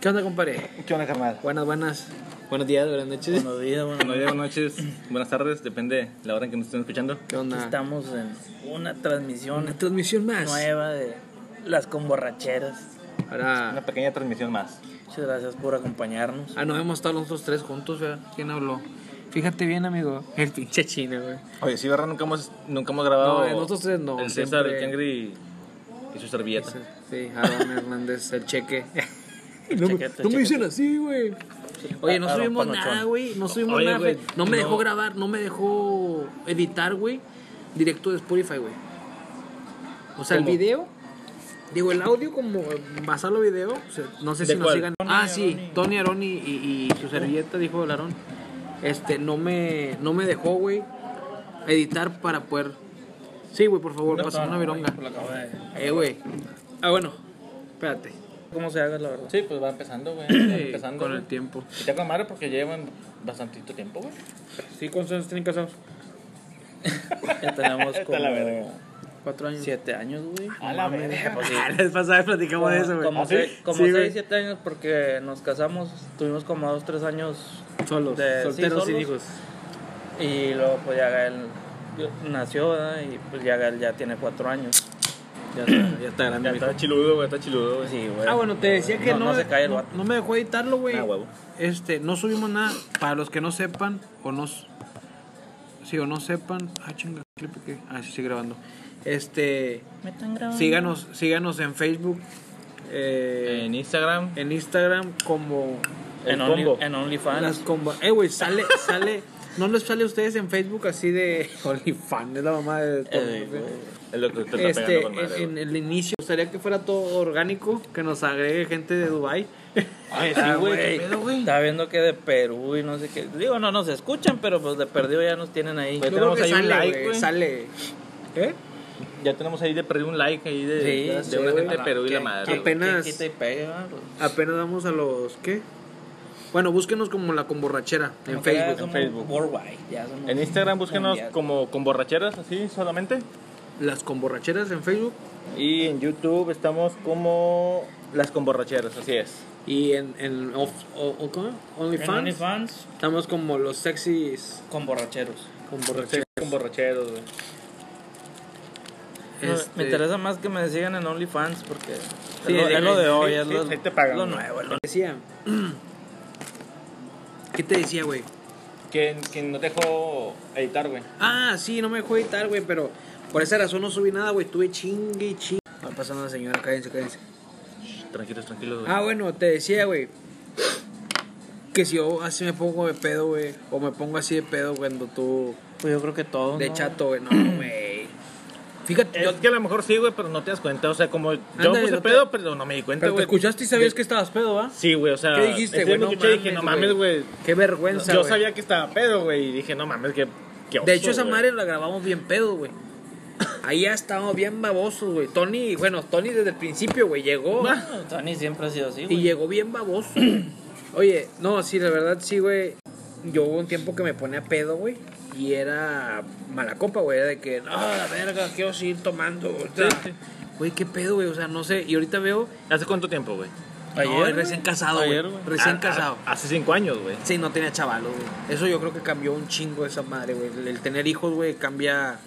¿Qué onda, compadre? ¿Qué onda, carnal? Buenas, buenas. Buenos días, buenas noches. Buenos días, buenas Buenos noches. días, buenas noches, buenas tardes, depende la hora en que nos estén escuchando. ¿Qué onda? Estamos en una Una transmisión transmisión más. nueva de Las Conborracheras. Ahora. Una pequeña transmisión más. Muchas gracias por acompañarnos. Ah, no, hemos estado nosotros tres juntos, ¿verdad? ¿Quién habló? Fíjate bien, amigo. El pinche chino, güey. Oye, sí, ¿verdad? Nunca hemos, nunca hemos grabado. No, eh, nosotros tres no, El César, siempre- el Cangri y, y su servilleta. Sí, Aaron Hernández, el cheque. no, me- Chequete, no me chequete. dicen así, güey. Oye, no Aaron subimos Panochón. nada, güey. No subimos Ah, Oye, nada, güey. güey, No me dejó no. grabar, no me dejó editar, güey. Directo de Spotify, güey. O sea, ¿Cómo? el video. Digo, el audio como eh, basarlo a video. o sea, no sé ¿De si nos cuál? sigan. Tony Ah, sí. Aroni. Tony Aroni y, y su servilleta, dijo el Aarón. Este, no me, no me dejó, güey, editar para poder... Sí, güey, por favor, pásame una vironga. Eh, güey. Ah, bueno. Espérate. ¿Cómo se haga la verdad? Sí, pues va empezando, güey. Eh, con el tiempo. Y te madre porque llevan bastantito tiempo, güey. ¿Sí cuántos años tienen casados? Ya tenemos Está como la verga. Cuatro años. siete años, güey. A la verga. Pues sí. Ah, La vez pasada platicamos de eso, güey. Como, ¿Ah, sí? se- como Sí, güey. 6, 7 años porque nos casamos, tuvimos como 2, 3 años Solos, de- sí, solteros sin solos. hijos. y luego pues ya Gael nació ¿verdad? y pues ya Gael ya tiene 4 años. Ya está, ya está grande. Ya mi hijo. está. Está chiludo, güey, está chiludo, güey. Sí, güey. Ah, bueno, te decía que no, No, se cae el vato. no me dejó editarlo, güey. Ah, huevo. Este, no subimos nada. Para los que no sepan o no... s- Sí, o no sepan... Ah, chinga, le piqué. Ah, sí, sigue grabando. Este... Me están grabando. Síganos, síganos en Facebook. eh, En Instagram, en Instagram como En, El Only- combo. en OnlyFans. las comba- Eh, güey, sale, sale. ¿No les sale a ustedes en Facebook así de OnlyFans? Es la mamá de todo. Eh, güey. güey. es lo que te está este, pegando con madre. en, güey. en el inicio, me gustaría que fuera todo orgánico, que nos agregue gente de Dubai Ay, Ah, sí, güey. güey. ¿Qué pedo, güey? Estaba viendo que de Perú y no sé qué. Digo, no nos escuchan, pero pues de perdido ya nos tienen Pues ahí. Yo tenemos ahí un sale, like, güey, güey. sale. ¿Eh? Ya tenemos ahí de perder un like ahí de, Sí, de sí, una güey. gente de Perú y la ¿Qué- madre. güey. Apenas- ¿Quién quita y pega? Pues, Apenas vamos a los. ¿Qué? Bueno, búsquenos como la comborrachera en no, ya Facebook. somos Facebook. worldwide, ya somos En Instagram búsquenos mundial. como con borracheras, así solamente. Las comborracheras en Facebook. Y en YouTube estamos como las con borracheras, así es. Y en, en of- o, o- ¿cómo? En OnlyFans. OnlyFans Estamos como los sexys con borracheros. comborracheros. Con borracheros, güey. No, Este, Ah, Me interesa más que me sigan en OnlyFans porque Sí, es, lo, ahí- es lo de ahí- hoy, ahí- es lo, ahí te pagan, lo güey. nuevo. es lo- decía. ¿Qué te decía, güey? Quien, quien no te dejó editar, güey. Ah, sí, no me dejó editar, güey, pero por esa razón no subí nada, güey. Tuve chingue y chingue. Va pasando la señora, cállense, cállense. Tranquilos, tranquilos, güey. Ah, bueno, te decía, güey. Que si yo así me pongo de pedo, güey. O me pongo así de pedo cuando tú. Pues yo creo que todo. De ¿no? chato, güey. Oh, No, Eh, güey. Fíjate, Yo es que a lo mejor sí, güey, pero no te das cuenta. O sea, como yo Ándale, puse no te- pedo, pero no me di cuenta, pero te güey. escuchaste y sabías que estabas pedo, ¿va? Sí, güey, o sea. ¿Qué dijiste, es Ah, que güey? me No escuché y dije, no mames, mames, güey. Qué vergüenza, Yo güey. sabía que estaba pedo, güey. Y dije, no mames, que. De hecho, esa madre la grabamos bien pedo, güey. Ahí ya estábamos bien babosos, güey. Tony, bueno, Tony desde el principio, güey, llegó. No, Tony siempre ha sido así, Y güey. llegó bien baboso. Oye, no, sí, la verdad, sí, güey. Yo hubo un tiempo que me ponía pedo, güey. Y era mala copa, güey. Era de que, no, la verga, quiero seguir tomando. o sea, Sí, sí. Güey, qué pedo, güey. O sea, no sé. Y ahorita veo. ¿Hace cuánto tiempo, güey? no, Ayer, recién güey. casado, güey. Ayer, güey. Recién Ah, casado. ah, Hace cinco años, güey. Sí, no tenía chavalos, güey. Eso yo creo que cambió un chingo esa madre, güey. El- El tener hijos, güey, cambia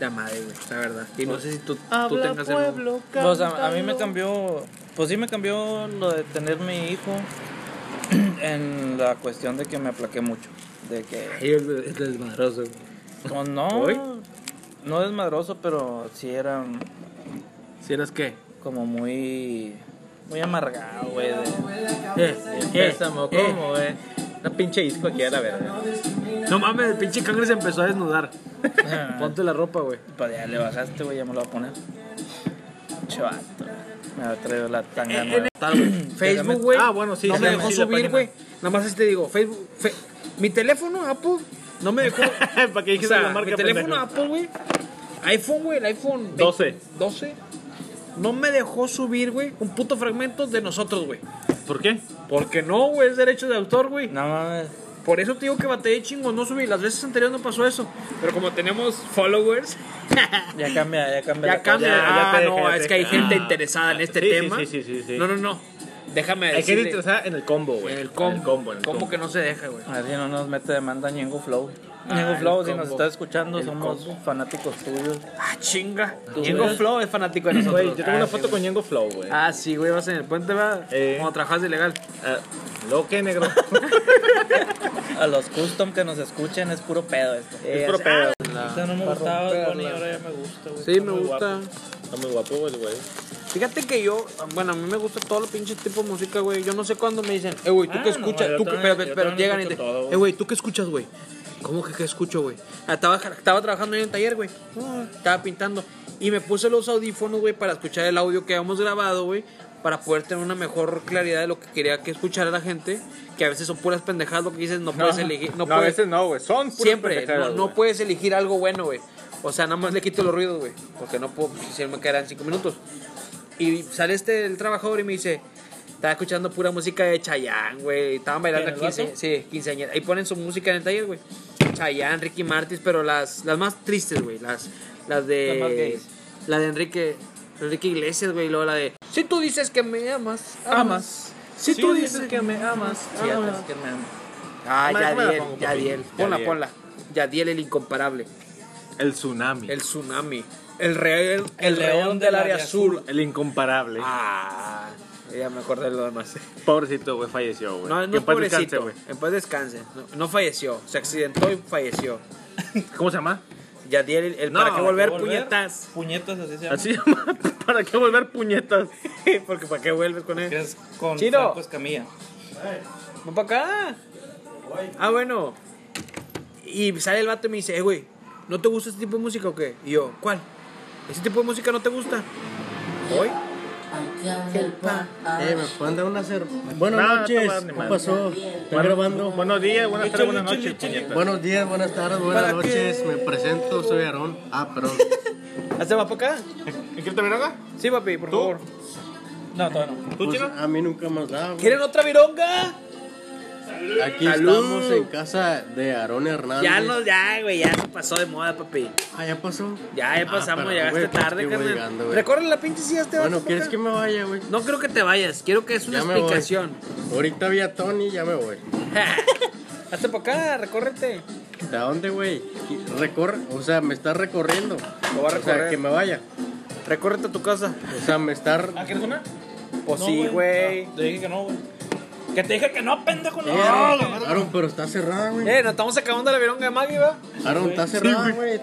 la madre, güey, la verdad. Y no sé si tú, tú tengas el- O sea, a mí me cambió, pues sí me cambió lo de tener mi hijo en la cuestión de que me aplaqué mucho, de que Ay, es es desmadroso, güey. pues no, ¿Hoy? no desmadroso, pero sí era ¿Si eras qué? como muy, muy amargado, güey. de- Eh, Empezamos, eh, ¿cómo, güey? Una pinche disco aquí a la verga. No mames, el pinche cangre se empezó a desnudar. Ponte la ropa, güey. Ah, Pues ya le bajaste, güey, ya me lo voy a poner. Chavato, me va a traer la tanga Eh, En nueva. el- Facebook, güey. Ah, bueno, sí, No sí, me sí, dejó sí, la subir, página. güey. Nada más así te digo, Facebook. fe- mi teléfono, Apple, no me dejó. ¿Para qué O dijiste sea, la marca, mi teléfono pendejo? Apple, güey. iPhone, güey, el iPhone 20, 12. 12. No me dejó subir, güey, un puto fragmento de nosotros, güey. ¿Por qué? Porque no, güey, es derecho de autor, güey. No mames. Por eso te digo que batallé chingo, no subí. Las veces anteriores no pasó eso. Pero como tenemos followers, Ya cambia, ya cambia. ya cambia. la cosa. pues, ya ah, te no, deja, ya es te que hay deja. gente Ah, interesada en este sí, sí, tema. sí, sí, sí, sí. No, no, no. Déjame Hay que decirle. interesar en el combo, güey. en el combo. En el combo, en el combo combo. que no se deja, güey. A ver si no nos mete demanda Ñengo Flow. Ah, Ñengo el Flow, si combo. nos está escuchando, El somos fanáticos tuyos. Ah, chinga. Tú Diego ves. Flow es fanático de nosotros. Güey, yo tengo Ah, una sí, foto güey. con Ñengo Flow, güey. Ah, sí, güey, vas en el puente, va. Eh. Cuando trabajas de ilegal. Ah, ¿Lo que, negro? A los custom que nos escuchen es puro pedo esto. es puro pedo. O sea, no me Para gustaba Bad Bunny, romperla. ahora ya me gusta, güey. Ah, Sí, me gusta. Está muy guapo, güey, güey. Fíjate que yo, bueno, a mí me gusta todo el pinche tipo de música, güey. Yo no sé cuándo me dicen, eh, güey, ¿tú Ah, qué no, escuchas? yo tú que, también- pero, yo pero también llegan y te, escucho todo, güey. eh, güey, ¿tú qué escuchas, güey? ¿Cómo que qué escucho, güey? Ah, Estaba, estaba trabajando en el taller, güey. Ah, Estaba pintando. Y me puse los audífonos, güey, para escuchar el audio que habíamos grabado, güey. Para poder tener una mejor claridad de lo que quería que escuchara la gente. Que a veces son puras pendejadas lo que dices, no puedes elegir. No, No, a puedes, veces no, güey. Son puras Siempre, pendejadas, no, no güey. puedes elegir algo bueno, güey. O sea, nada más le quito los ruidos, güey. Porque no puedo, pues, si no me quedarán cinco minutos. Y sale este el trabajador y me dice, estaba escuchando pura música de Chayanne, güey. Estaban bailando ¿Quién, el 15, vato? sí, quinceañera. Ahí ponen su música en el taller, güey. Chayanne, Ricky Martins, pero las, las más tristes, güey. Las, las de... Las más gays. La de Enrique, Enrique Iglesias, güey. Y luego la de... Si tú dices que me amas, amas. Amas. Si tú dices que... me amas, sí, amas. es que me amas. Ah, Déjame la Yadiel, pongo, papi. Yadiel. Ponla, Yadiel. ponla. Yadiel el incomparable. El tsunami. El tsunami. El, re- el, El león del área sur. El incomparable. Ah, ya me acordé de lo demás. Pobrecito, güey, falleció, güey. No, Que no en es paz descanse, pobrecito. en paz descanse. No, no falleció. Se accidentó y falleció. güey. ¿Cómo se llama? Yadiel, el, el No, para qué volver, Ah, ¿Volver? puñetas. Puñetas, así se llama. Así se llama. ¿Para qué volver puñetas? Porque para qué vuelves con Que él. es con Chino. Franco Escamilla. Ven para acá. Ah, bueno. Y sale el vato y me dice, eh, güey, ¿no te gusta este tipo de música o qué? Y yo, ¿cuál? ¿Ese tipo de música no te gusta? ¿Hoy? El pan. Eh, me pueden dar una cerveza. Buenas Nada, no noches, va a animar. ¿qué pasó? Estoy grabando. Buenos días, buenas tardes, buenas noches, puñetas. Buenos días, buenas tardes, buenas noches. Me presento, soy Aarón. Ah, perdón. ¿Hace más para acá? ¿Y qué también haga? Sí, papi, por favor. No, todavía no. ¿Tú, Pues, chino? a mí nunca más da. güey. ¿Quieren otra vironga? Aquí Salud. estamos en casa de Aarón Hernández. Ya no, ya, güey, ya se pasó de moda, papi. Ah, ya pasó. Ya, ya Ah, pasamos, perdón, llegaste güey, pues, tarde, que voy llegando, carnal. güey. Recorre la pinche silla este Bueno, vato, ¿quieres papá. que me vaya, güey? No creo que te vayas, quiero que es una Ya me voy. explicación. Ahorita vi a Tony, ya me voy. Hazte para acá, recórrete. ¿De dónde, güey? Recorre, o sea, me está recorriendo. Lo va a O sea, recorrer. que me vaya. Recórrete a tu casa. O sea, me está. ¿Ah, quieres una? Pues No, sí, güey. Ah, Te dije que no, güey. Que te dije que no, pendejo. Eh, No, Aarón, Aarón, pero está cerrada, güey. Eh, nos estamos acabando la vironga de Maggie, ¿va? Aarón, está cerrada, güey.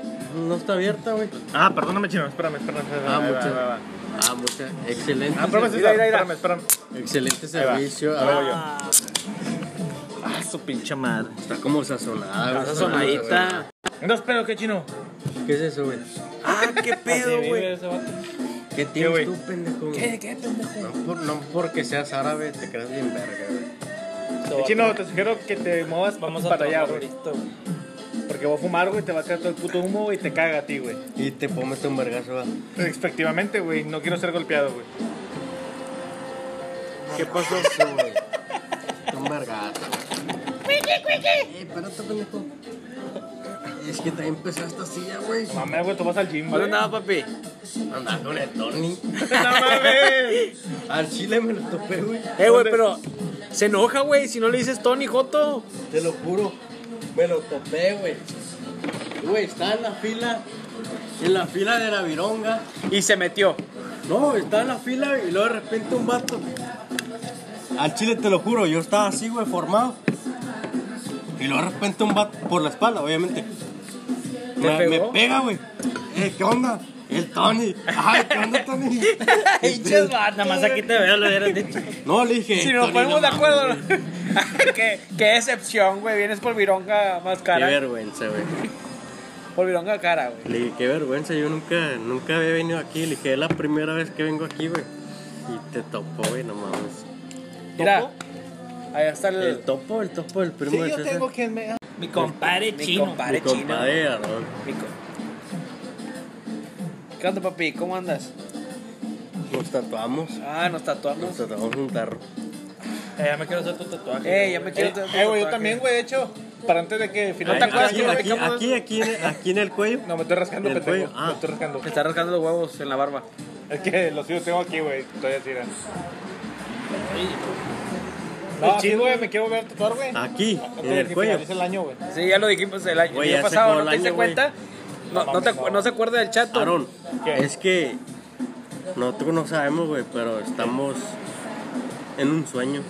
No está abierta, güey. Ah, perdóname, chino. Espérame, espérame. espérame. Ah, Ahí va, muchas. ahí va, ahí Ah, muchas. Excelente. va. Ah, perdóname, Mira, mira, mira. espérame, espérame. pues, Excelente Ahí va. servicio. Ahora Ah, voy yo. Ah, su pinche madre. está como sazonada. güey. Esa sonadita. ¿Dos pedos qué, chino? ¿Qué es eso, güey? Ah, qué pedo, güey. ¿Qué güey? tienes tú, pendejo? ¿Qué, qué, pendejo? No, por- no porque seas árabe te creas bien verga, güey. Chino, te sugiero que te muevas Vamos vamos a para allá, trabajar güey. listo, güey. Porque voy a fumar, güey, te va a caer todo el puto humo, güey, y te caga a ti, güey. Y te pones un vergazo, va. Efectivamente, güey, no quiero ser golpeado, güey. ¿Qué pasó? Sí, güey. Un vergazo. ¡Cuiqui, Eh, espérate, pendejo. Es que también empezaste así ya, güey. Mamá, güey, tú vas al gym, ¿Dónde güey. andaba, papi? Andaba con el Tony. ¡No mames! Al chile me lo topé, güey. Eh, güey, pero se enoja, güey, si no le dices Tony Joto. Te lo juro, me lo topé, güey. Güey, está en la fila, en la fila de la vironga. Y se metió. No, está en la fila y luego de repente un vato. Al chile te lo juro, yo estaba así, güey, formado. Y luego de repente un vato por la espalda, obviamente. Me, me pegó? pega, güey. Eh, ¿Qué onda? El Tony. Ay, ¿qué onda, Tony? Este, Pinches vatos, Nada más aquí te veo, lo hubieras dicho. No, le dije. Si nos "Tony, ponemos de mames, acuerdo, güey". ¿no? qué, qué excepción, güey. Vienes por vironga más Qué cara. vergüenza, güey. Por vironga cara, güey. Le dije, qué vergüenza, yo nunca, nunca había venido aquí. Le dije, es la primera vez que vengo aquí, güey. Y te topó, güey, no mames. Mira, allá está el, El topo, el topo del primo de César. quien me... Mi compadre mi chino. compadre Mi chino. compadre, Aarón. Mi co- ¿Qué onda, papi? ¿Cómo andas? Nos tatuamos. Ah, nos Nos tatuamos. tatuamos un tarro. Eh, ya me quiero hacer tu tatuaje. Eh, ya me quiero hacer tu Eh, güey, yo tatuaje. también, güey, de hecho, para antes de que ¿No te finalmente... acuerdas aquí, que aquí, dejamos- aquí, aquí, en- aquí en el cuello. No, me estoy rascando, El pendejo. cuello, ah. Me estoy rascando. Me está rascando los huevos en la barba. Es que los hijos tengo aquí, güey. Estoy así, mira. No, sí, güey, me quiero ver tatuar, güey. Aquí, en Antes de el que cuello. finalice el año, güey. Sí, ya lo dijimos el año, Güey, el ya año se pasado, acabó ¿no el te diste año, güey. cuenta? No, no, te, acu- no se acuerda del chato. Aaron, ¿Qué? es que nosotros no sabemos, güey, pero estamos en un sueño.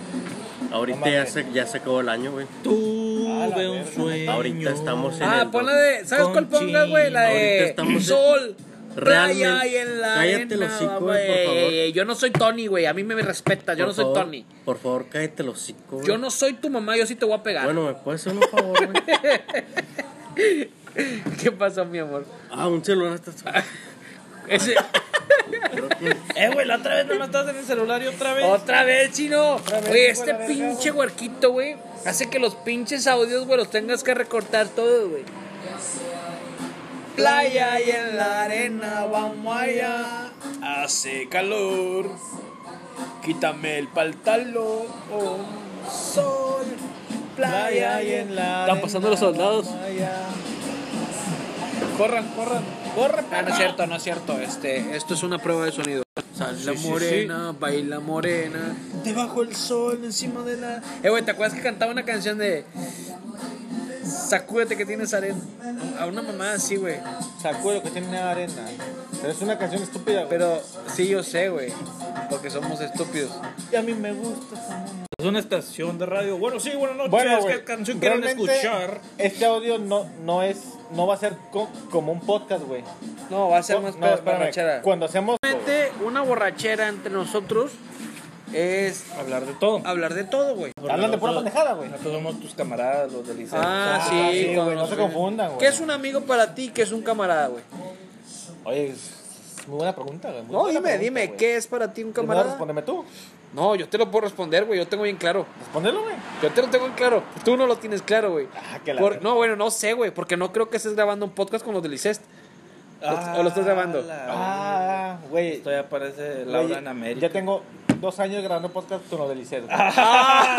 No Ahorita ya mames. se, ya se acabó el año, güey. Tuve un sueño. Ahorita estamos en Ah, el... pon la de. ¿Sabes Con cuál ponga, güey? La Ahorita de. estamos en- Sol. Playa Realmente- y en la. cállate arena, los hocico, eh, güey. por favor. Yo no soy Tony, güey. A mí me respeta. Yo Por no soy favor, Tony. Por favor, cállate los hocico, güey. Yo no soy tu mamá. Yo sí te voy a pegar. Bueno, ¿me puedes hacer un favor, güey? ¿Qué pasó, mi amor? Ah, un celular está... Ese- Eh, güey, la otra vez nomás estás en el celular y otra vez. Otra vez, chino. vez, Oye, hijo este de la verga, pinche huerquito, güey. Hace que los pinches audios, güey, los tengas que recortar todos, güey. Playa y en la arena, vamos allá. Hace calor. Quítame el pantalón. oh, Sol, playa y en la. Están pasando los soldados. Corran, corran. Corran. Ah, no es cierto, no es cierto. Este, esto es una prueba de sonido. Sal la morena, baila morena. Debajo el sol, encima de la. Eh, güey, ¿te acuerdas que cantaba una canción de. Sacúdete que tienes arena? A una mamá así, güey. Sacó lo que tiene arena. Pero es una canción estúpida, güey. Pero sí, yo sé, güey. Porque somos estúpidos. Y a mí me gusta. Es una estación de radio. Bueno, sí, buenas noches. Bueno, ¿Qué güey. canción quieren realmente, escuchar? Este audio no, no es. No va a ser co- como un podcast, güey. No, va a ser más No, para espérame. borrachera. Cuando hacemos. Realmente, una borrachera entre nosotros es Hablar de todo. hablar de todo, güey. Hablan de pura pendejada, güey. Nosotros somos tus camaradas, los del liceo. Ah, sí, sí, güey, cuando no nos se vemos. confundan, güey. ¿Qué es un amigo para ti? ¿Qué es un camarada, güey? Oye, es muy buena pregunta, güey. muy No, buena dime, pregunta, dime, güey. ¿qué es para ti un Primero camarada? Respóndeme tú. No, yo te lo puedo responder, güey. Yo tengo bien claro. Respóndelo, güey. Yo te lo tengo bien claro. Tú no lo tienes claro, güey. Ah, que la Por- verga. no, bueno, no sé, güey. Porque no creo que estés grabando un podcast con los del ICEST. ¿O lo estás grabando? Ah, güey. Esto ya parece Laura Güey, en América. Ya tengo dos años grabando podcast con los del Liceo. güey. Ah.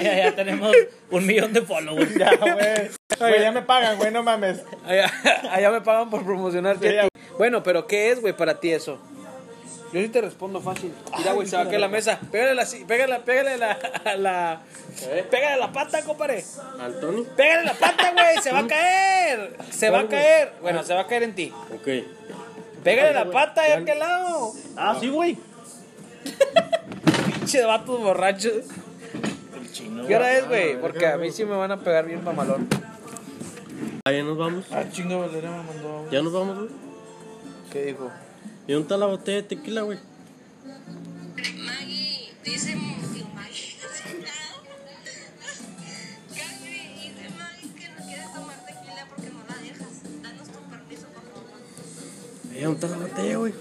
ya, ya tenemos un millón de followers. Ya, güey. Güey, ya me pagan, güey, no mames. Allá, allá me pagan por promocionarte. Sí, ya. Bueno, pero ¿qué es, güey, para ti eso? Yo sí te respondo fácil. Mira, güey, se va a caer la mesa. Pégale la, si- pégale, pégale la, a la, pégale la pata, compadre. ¿Al Tony? Pégale la pata, güey, se va a caer. Se va a caer. Bueno, se va a caer en ti. Ok. Pégale la pata de aquel lado. Ah, sí, güey. Pinche vatos borrachos. El chino. ¿Qué hora es, güey? Porque a mí sí me van a pegar bien mamalón. Ah, ya nos vamos. Ah, chinga, Valeria me mandó. Ya nos vamos, güey. ¿Qué dijo? ¿Y dónde está la botella de tequila, güey? Maggie, dice Digo, Maggie, Gaby, dice Maggie que no quieres tomar tequila porque no la dejas. Danos tu permiso, por favor. Eh, ¿Dónde está la botella, güey?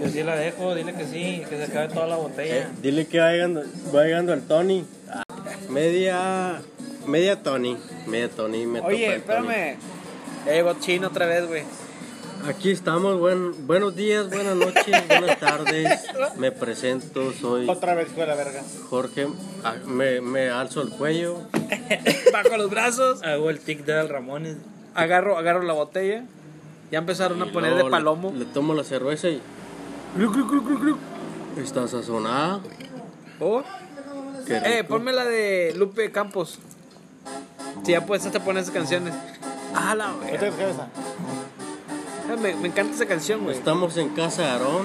Yo sí la dejo, dile que sí, que se acabe toda la Eh, botella. dile que va llegando, va llegando el Tony. Ah, media. Media Tony. Media Tony. Me topa Oye, el Tony. espérame. Ya llegó Chino otra vez, güey. Aquí estamos. buen- buenos días, buenas noches, buenas tardes. Me presento, soy Otra vez, güey, la verga. Jorge. Ah, me, me alzo el cuello. Bajo los brazos. Hago el tic del Ramones. Agarro, agarro la botella. Ya empezaron a y poner luego de le- palomo. Le, tomo la cerveza y. Está sazonada. Oh. Qué Eh, rico. ponme la de Lupe Campos. Si ya puedes hasta poner esas canciones. Ah, la No verga. te cabeza. Eh, me, me encanta esa canción, güey. Estamos en casa de Aarón.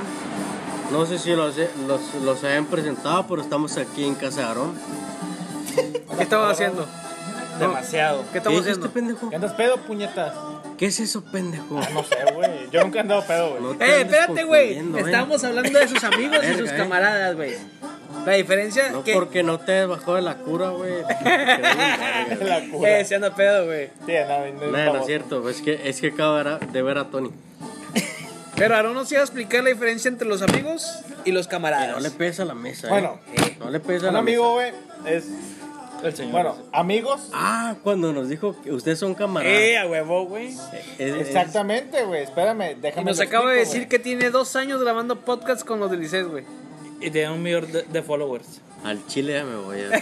No sé si los, los, los hayan presentado, pero estamos aquí en casa de Aarón. ¿Qué estamos haciendo? Demasiado. ¿Qué ¿Qué estamos es este haciendo? pendejo? ¿Qué andas pedo, puñetas? ¿Qué es eso, pendejo? No sé, güey. Yo nunca he andado pedo, güey. No te Eh, andes espérate, güey. confundiendo, eh. Estábamos hablando de sus amigos y Verga, sus eh. camaradas, güey. La diferencia No que porque no te bajó de la cura, güey. La cura. eh, se anda pedo, güey. Sí, no, no, no, no es cierto. Es que, es que acabo de ver a- de ver a Tony. Pero Aaron nos iba a explicar la diferencia entre los amigos y los Y no le camaradas. pesa la mesa, eh. Bueno, No le pesa Un la mesa. amigo, güey, es. El señor. Bueno, amigos. Ah, cuando nos dijo que ustedes son camaradas. eh, Eh, a huevo, güey. Es- es- Exactamente, güey. Espérame, Y déjame. nos lo acaba de explico, decir que tiene dos años grabando podcast con los del Liceo, güey. Y de un millón de, de followers. Al chile ya me voy. ya te pasa.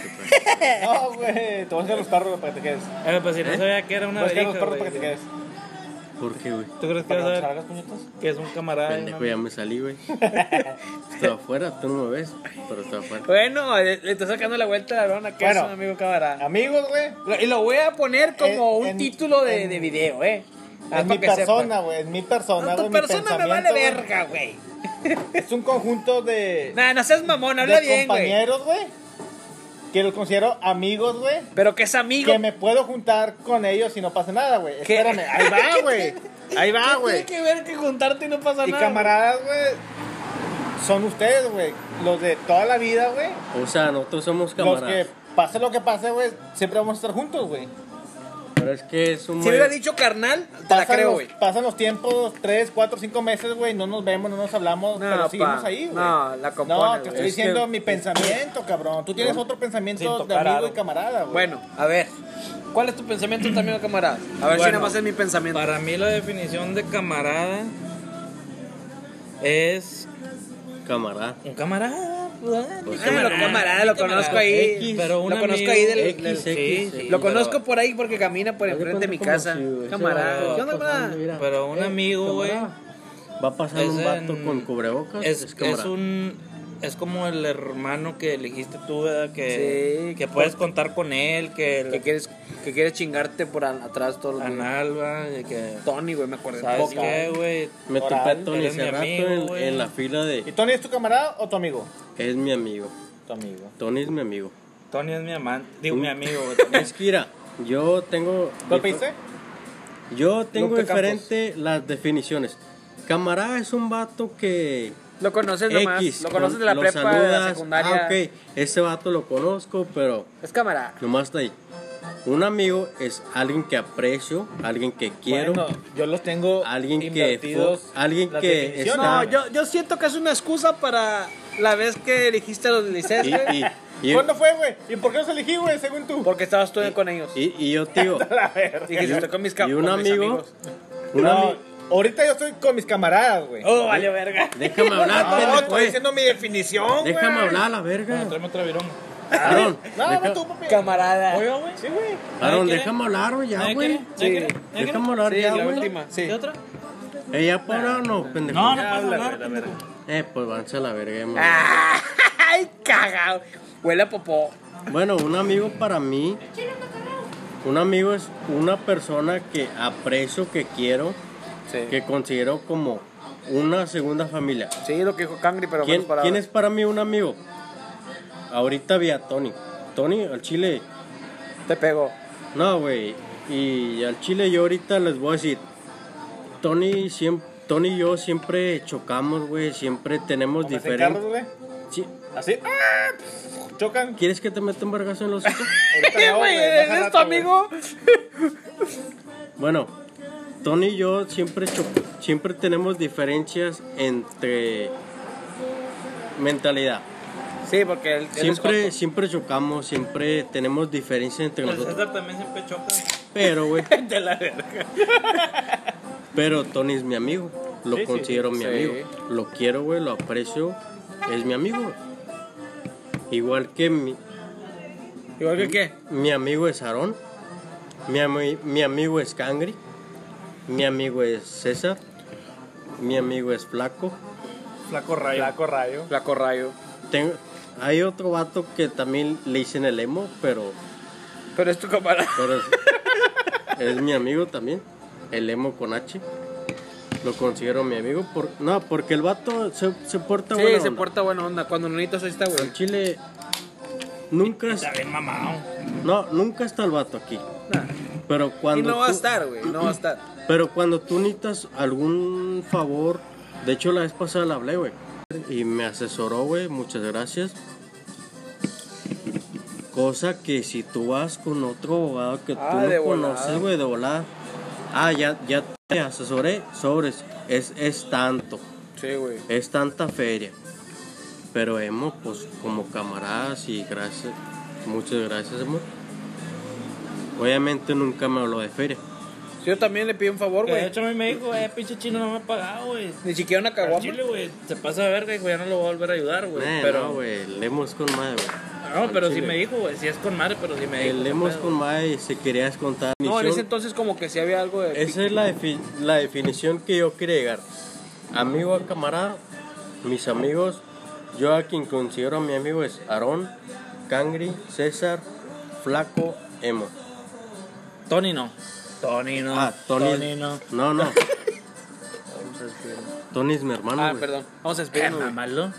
güey. No, güey. Te voy a hacer los perros para que te quedes. Eh, pues si no sabía que era una Voy a hacer los verija, perros para güey. que te quedes. ¿Por qué, güey? ¿Tú crees que vas a ver que es un camarada? de una- Pendejo, ya me salí, güey. Estoy afuera, tú no me ves, pero estoy afuera. Bueno, le, le está sacando la vuelta a la broma que Bueno. es un amigo camarada. Amigos, güey. Lo- Y lo voy a poner como En- un Eh, en- título de, en- de video, ¿eh? Nada Es pa' mi que sepa. persona, güey. Es mi persona, No, güey. tu mi persona me pensamiento, vale güey. verga, güey. Es un conjunto de, Nah, no seas mamón, de habla bien, güey. compañeros, güey. Que los considero amigos, güey. Pero que es amigo. Que me puedo juntar con ellos y no pasa nada, güey. ¿Qué? Espérame, ahí va, güey. Ahí va, ¿Qué Ah, güey. Tiene que ver que juntarte y no pasa Y nada. camaradas, güey, son ustedes, güey. Los de toda la vida, güey. O sea, nosotros somos Los que camaradas. pase lo que pase, güey, siempre vamos a estar juntos, güey. Pero es que es un. Si hubiera dicho carnal, te la Pasan creo, los- güey. Pasan los tiempos, tres, cuatro, cinco meses, güey, no nos vemos, no nos hablamos, No, pero pa. seguimos ahí, güey. No, la compones, No, güey. te estoy Es que- diciendo mi pensamiento, cabrón. Tú tienes otro Sin pensamiento de tocar amigo aro. y camarada, güey. Bueno, a ver. ¿Cuál es tu pensamiento tu amigo camarada? A ver si Bueno. nada más es mi pensamiento. Para mí la definición de camarada es Camarada. un camarada. ¿verdad? Pues, Ah, lo camarada, lo conozco ahí. X, pero un lo conozco amigo- ahí del, X, del- X, sí, sí, Lo pero- conozco por ahí porque camina por Haz de enfrente de mi cuenta como casa. si, güey, se camarada. va ¿Qué onda, pasando, camarada? mira. Eh, Pero un amigo, güey, camarada. Va pasando es un vato en- con cubrebocas. Es, es es camarada. un es como el hermano que elegiste tú, ¿verdad? Que, Sí, que puedes contar con él, que, Que quieres, que quieres chingarte por al- atrás todo lo que... anal, ¿verdad? De que Tony, güey, me acordé. ¿Sabes Boca. qué, güey? Me topé a Tony eres mi hace rato amigo, en, güey. en la fila ¿Y de. Tony es tu camarada o tu amigo? Es mi amigo. Tu amigo. Tony es mi amigo. Tony es mi amante, digo mi amigo, güey. Mm. Es que mira, yo tengo. ¿Lo pediste? Yo tengo Lupe Campos. diferente las definiciones. Camarada es un vato que. Lo conoces nomás. X, lo conoces de la lo prepa, de la saludas, secundaria. Ah, ok, ese vato lo conozco, pero Es camarada. nomás está ahí. Un amigo es alguien que aprecio, alguien que quiero, Bueno, yo los tengo alguien que invertidos fo- alguien las que definiciones. No, está- yo, yo siento que es una excusa para la vez que elegiste a los liceos, y, güey. y, y, ¿Cuándo fue, güey? ¿Y por qué los elegí, güey, según tú? Porque estabas tú con ellos. y- y yo te digo, A ver. Y que si estoy con mis, ca- y un con mis amigo, amigos. un No, ami- ahorita yo estoy con mis camaradas, güey. Oh, vale, verga. déjame hablar, No, pendejo, estoy eh. diciendo mi definición, güey. déjame hablar, la verga. Tráeme otra viroma. Aaron, No, deja- no, tú, papi. Camarada. Oiga, güey. Sí, güey. Aaron, quiere? déjame hablar güey, ya, ¿Nadie güey. quiere? Sí. ¿Nadie quiere? ¿Nadie quiere? Déjame hablar Sí, ya, la güey. última. Sí. ¿Y otra? Eh, ya puedo hablar o no, pendejo. No, no puedes hablar. pendejo. Eh, pues vanse a la verga, ya me Ah. voy. Ay, cagado. Huele a popó. Bueno, un amigo para mí. Un amigo es una persona que aprecio, que quiero, que considero como una segunda familia. Sí, lo que dijo Cangri, pero ¿Quién, menos palabras. quién es para mí un amigo? Ahorita vi a Tony. Tony, al chile. Te pegó. No, güey. Y al chile yo ahorita les voy a decir. Tony, siempre, Tony y yo siempre chocamos, güey. Siempre tenemos Como hacen carros, diferentes. güey. Sí. Así. ¡ah! Chocan. ¿Quieres que te meta un vergazo en los ojos? Ahorita no, Güey, güey, hace ¿eres tu rato, güey. amigo? Bueno, Tony y yo siempre, cho- siempre tenemos diferencias entre mentalidad. Sí, porque él, él es Siempre, joto. siempre chocamos, siempre tenemos diferencias entre El nosotros. César también siempre choca. Pero, güey. Pero Tony es mi amigo. Lo considero mi sí. amigo. Lo quiero, güey. Lo aprecio. Es mi amigo. Igual que mi, Igual que qué. mi amigo es Aarón. Mi, ami- mi amigo es Cangri. Mi amigo es César. Mi amigo es Flaco. Flaco rayo. Flaco rayo. Flaco rayo. Tengo- hay otro vato que también le dicen el emo, pero, Pero es tu camarada. pero es, es mi amigo también. El emo con H. Lo considero mi amigo. Por, no, porque el vato se, se porta Sí, buena se onda. porta buena onda. Cuando no necesitas, ahí está, güey. El chile nunca es- Está bien mamado. no, nunca está el vato aquí. Pero cuando Y no va a tú- estar, güey. No va a estar. Pero cuando tú necesitas algún favor, de hecho la vez pasada la hablé, güey. Y me asesoró, güey, muchas gracias. Cosa que si tú vas con otro abogado que Ah, tú de no volada. conoces, güey, de volada. Ah, ya, ya te asesoré, sobres. Es, es tanto, Sí, güey. es tanta feria. Pero hemos, pues, como camaradas y gracias, muchas gracias, amor. Obviamente nunca me habló de feria. Sí, Yo también le pido un favor, Que de güey. hecho a mí me dijo, eh, pinche chino no me ha pagado, güey. Ni siquiera una Al caguama. Chile, güey, se pasa de verga, dijo, ya no lo voy a volver a ayudar, güey. Eh, pero, no, güey, leemos con madre, güey. No, pero sí Chile. me dijo, güey. Sí es con madre, pero sí me dijo. El qué Lemos pedo. con Mae se quería descontar. No, en Misión- ese entonces como que sí había algo de... Esa es la, defi- la definición que yo quería llegar. Amigo a camarada, mis amigos, yo a quien considero a mi amigo es Aarón, Cangri, César, Flaco, Emo. Tony no. Tony no. Ah, Tony. no. No, no. Tony es mi hermano. Ah, güey. perdón. Vamos a Qué despedirnos. güey. mamalo.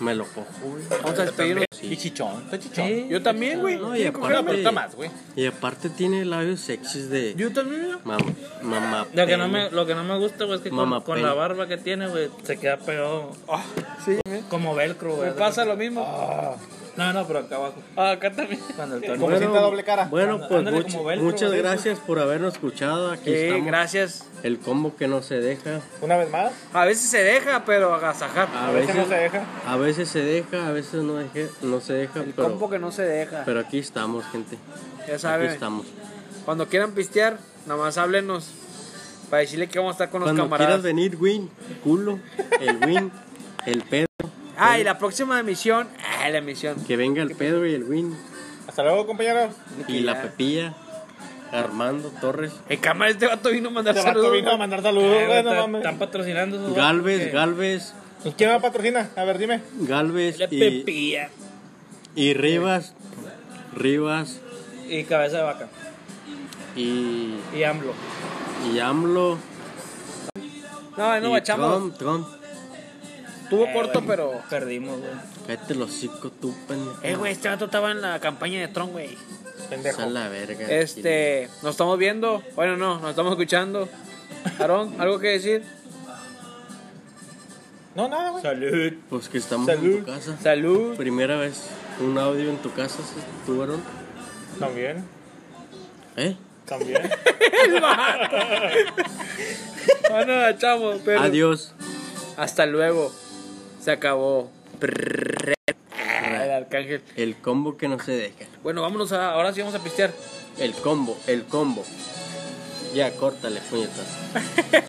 Me lo cojo. güey. Vamos a despedirnos. Y chichón, está chichón. Sí. Yo también, güey. No, y ¿Quieren aparte- cogerme? Pero está más, güey. Y aparte tiene labios sexys de Yo también, ¿no? mam- mamá. Lo que, no me, lo que no me gusta, güey, es que con, Mamá con pelo. la barba que tiene, güey, se queda pegado. Ah, Como velcro, güey. Me pasa lo mismo. Ah, No, no, pero acá abajo. Ah, acá también. Cuando el Tony. Como cinta doble cara. Bueno, pues Ándale, much- como velcro, muchas güey. gracias por habernos escuchado. Aquí Eh, estamos. gracias. El combo que no se deja. Una vez más, A veces se deja, pero agasajar. A a veces no veces se deja. A veces se deja, a veces no, deje- no se deja, El compo pero, que no se deja. pero aquí estamos, gente. ya Aquí saben. estamos. Cuando quieran pistear, nada más háblenos. Para decirle que vamos a estar con los Cuando quieras camaradas. venir, Win, culo, el Win, el pedo, Ah, y la próxima emisión. Ah, la emisión. que venga el pedo y el Win, Hasta luego, compañeros. y la pepilla, Armando Torres, En cámara este vato vino a mandar Te vato saludos. vino a mandar Uh, saludos, Eh, güey, güey, no está- mames. Están patrocinando esos Galvez, vatos Galvez, ¿Y quién me patrocina? A ver, dime. Galvez que- La y, pepilla. y Rivas, Rivas Y cabeza de vaca. y, Y AMLO. y AMLO. No, no, Y echamos. Trump, Trump. Tuvo Eh, corto, güey, pero. Perdimos, güey. Cállate los cinco, tú, pendejo. Eh, güey, este vato estaba en la campaña de Trump, güey. Sal a Pendejo. la verga. Este, nos estamos viendo. Bueno, no, nos estamos escuchando. Aarón, ¿algo que decir? No, nada, güey. Salud. Pues que estamos Salud. en tu casa. Salud. Primera vez un audio en tu casa, ¿sí? ¿tú, Aarón? También. ¿Eh? También. Bueno, echamos, pero. Adiós. Hasta luego. Se acabó. Prrr. Ah, El arcángel. El combo que no se deja. Bueno, vámonos a. Ahora sí vamos a pistear. El combo, el combo. Ya, córtale, puñetas.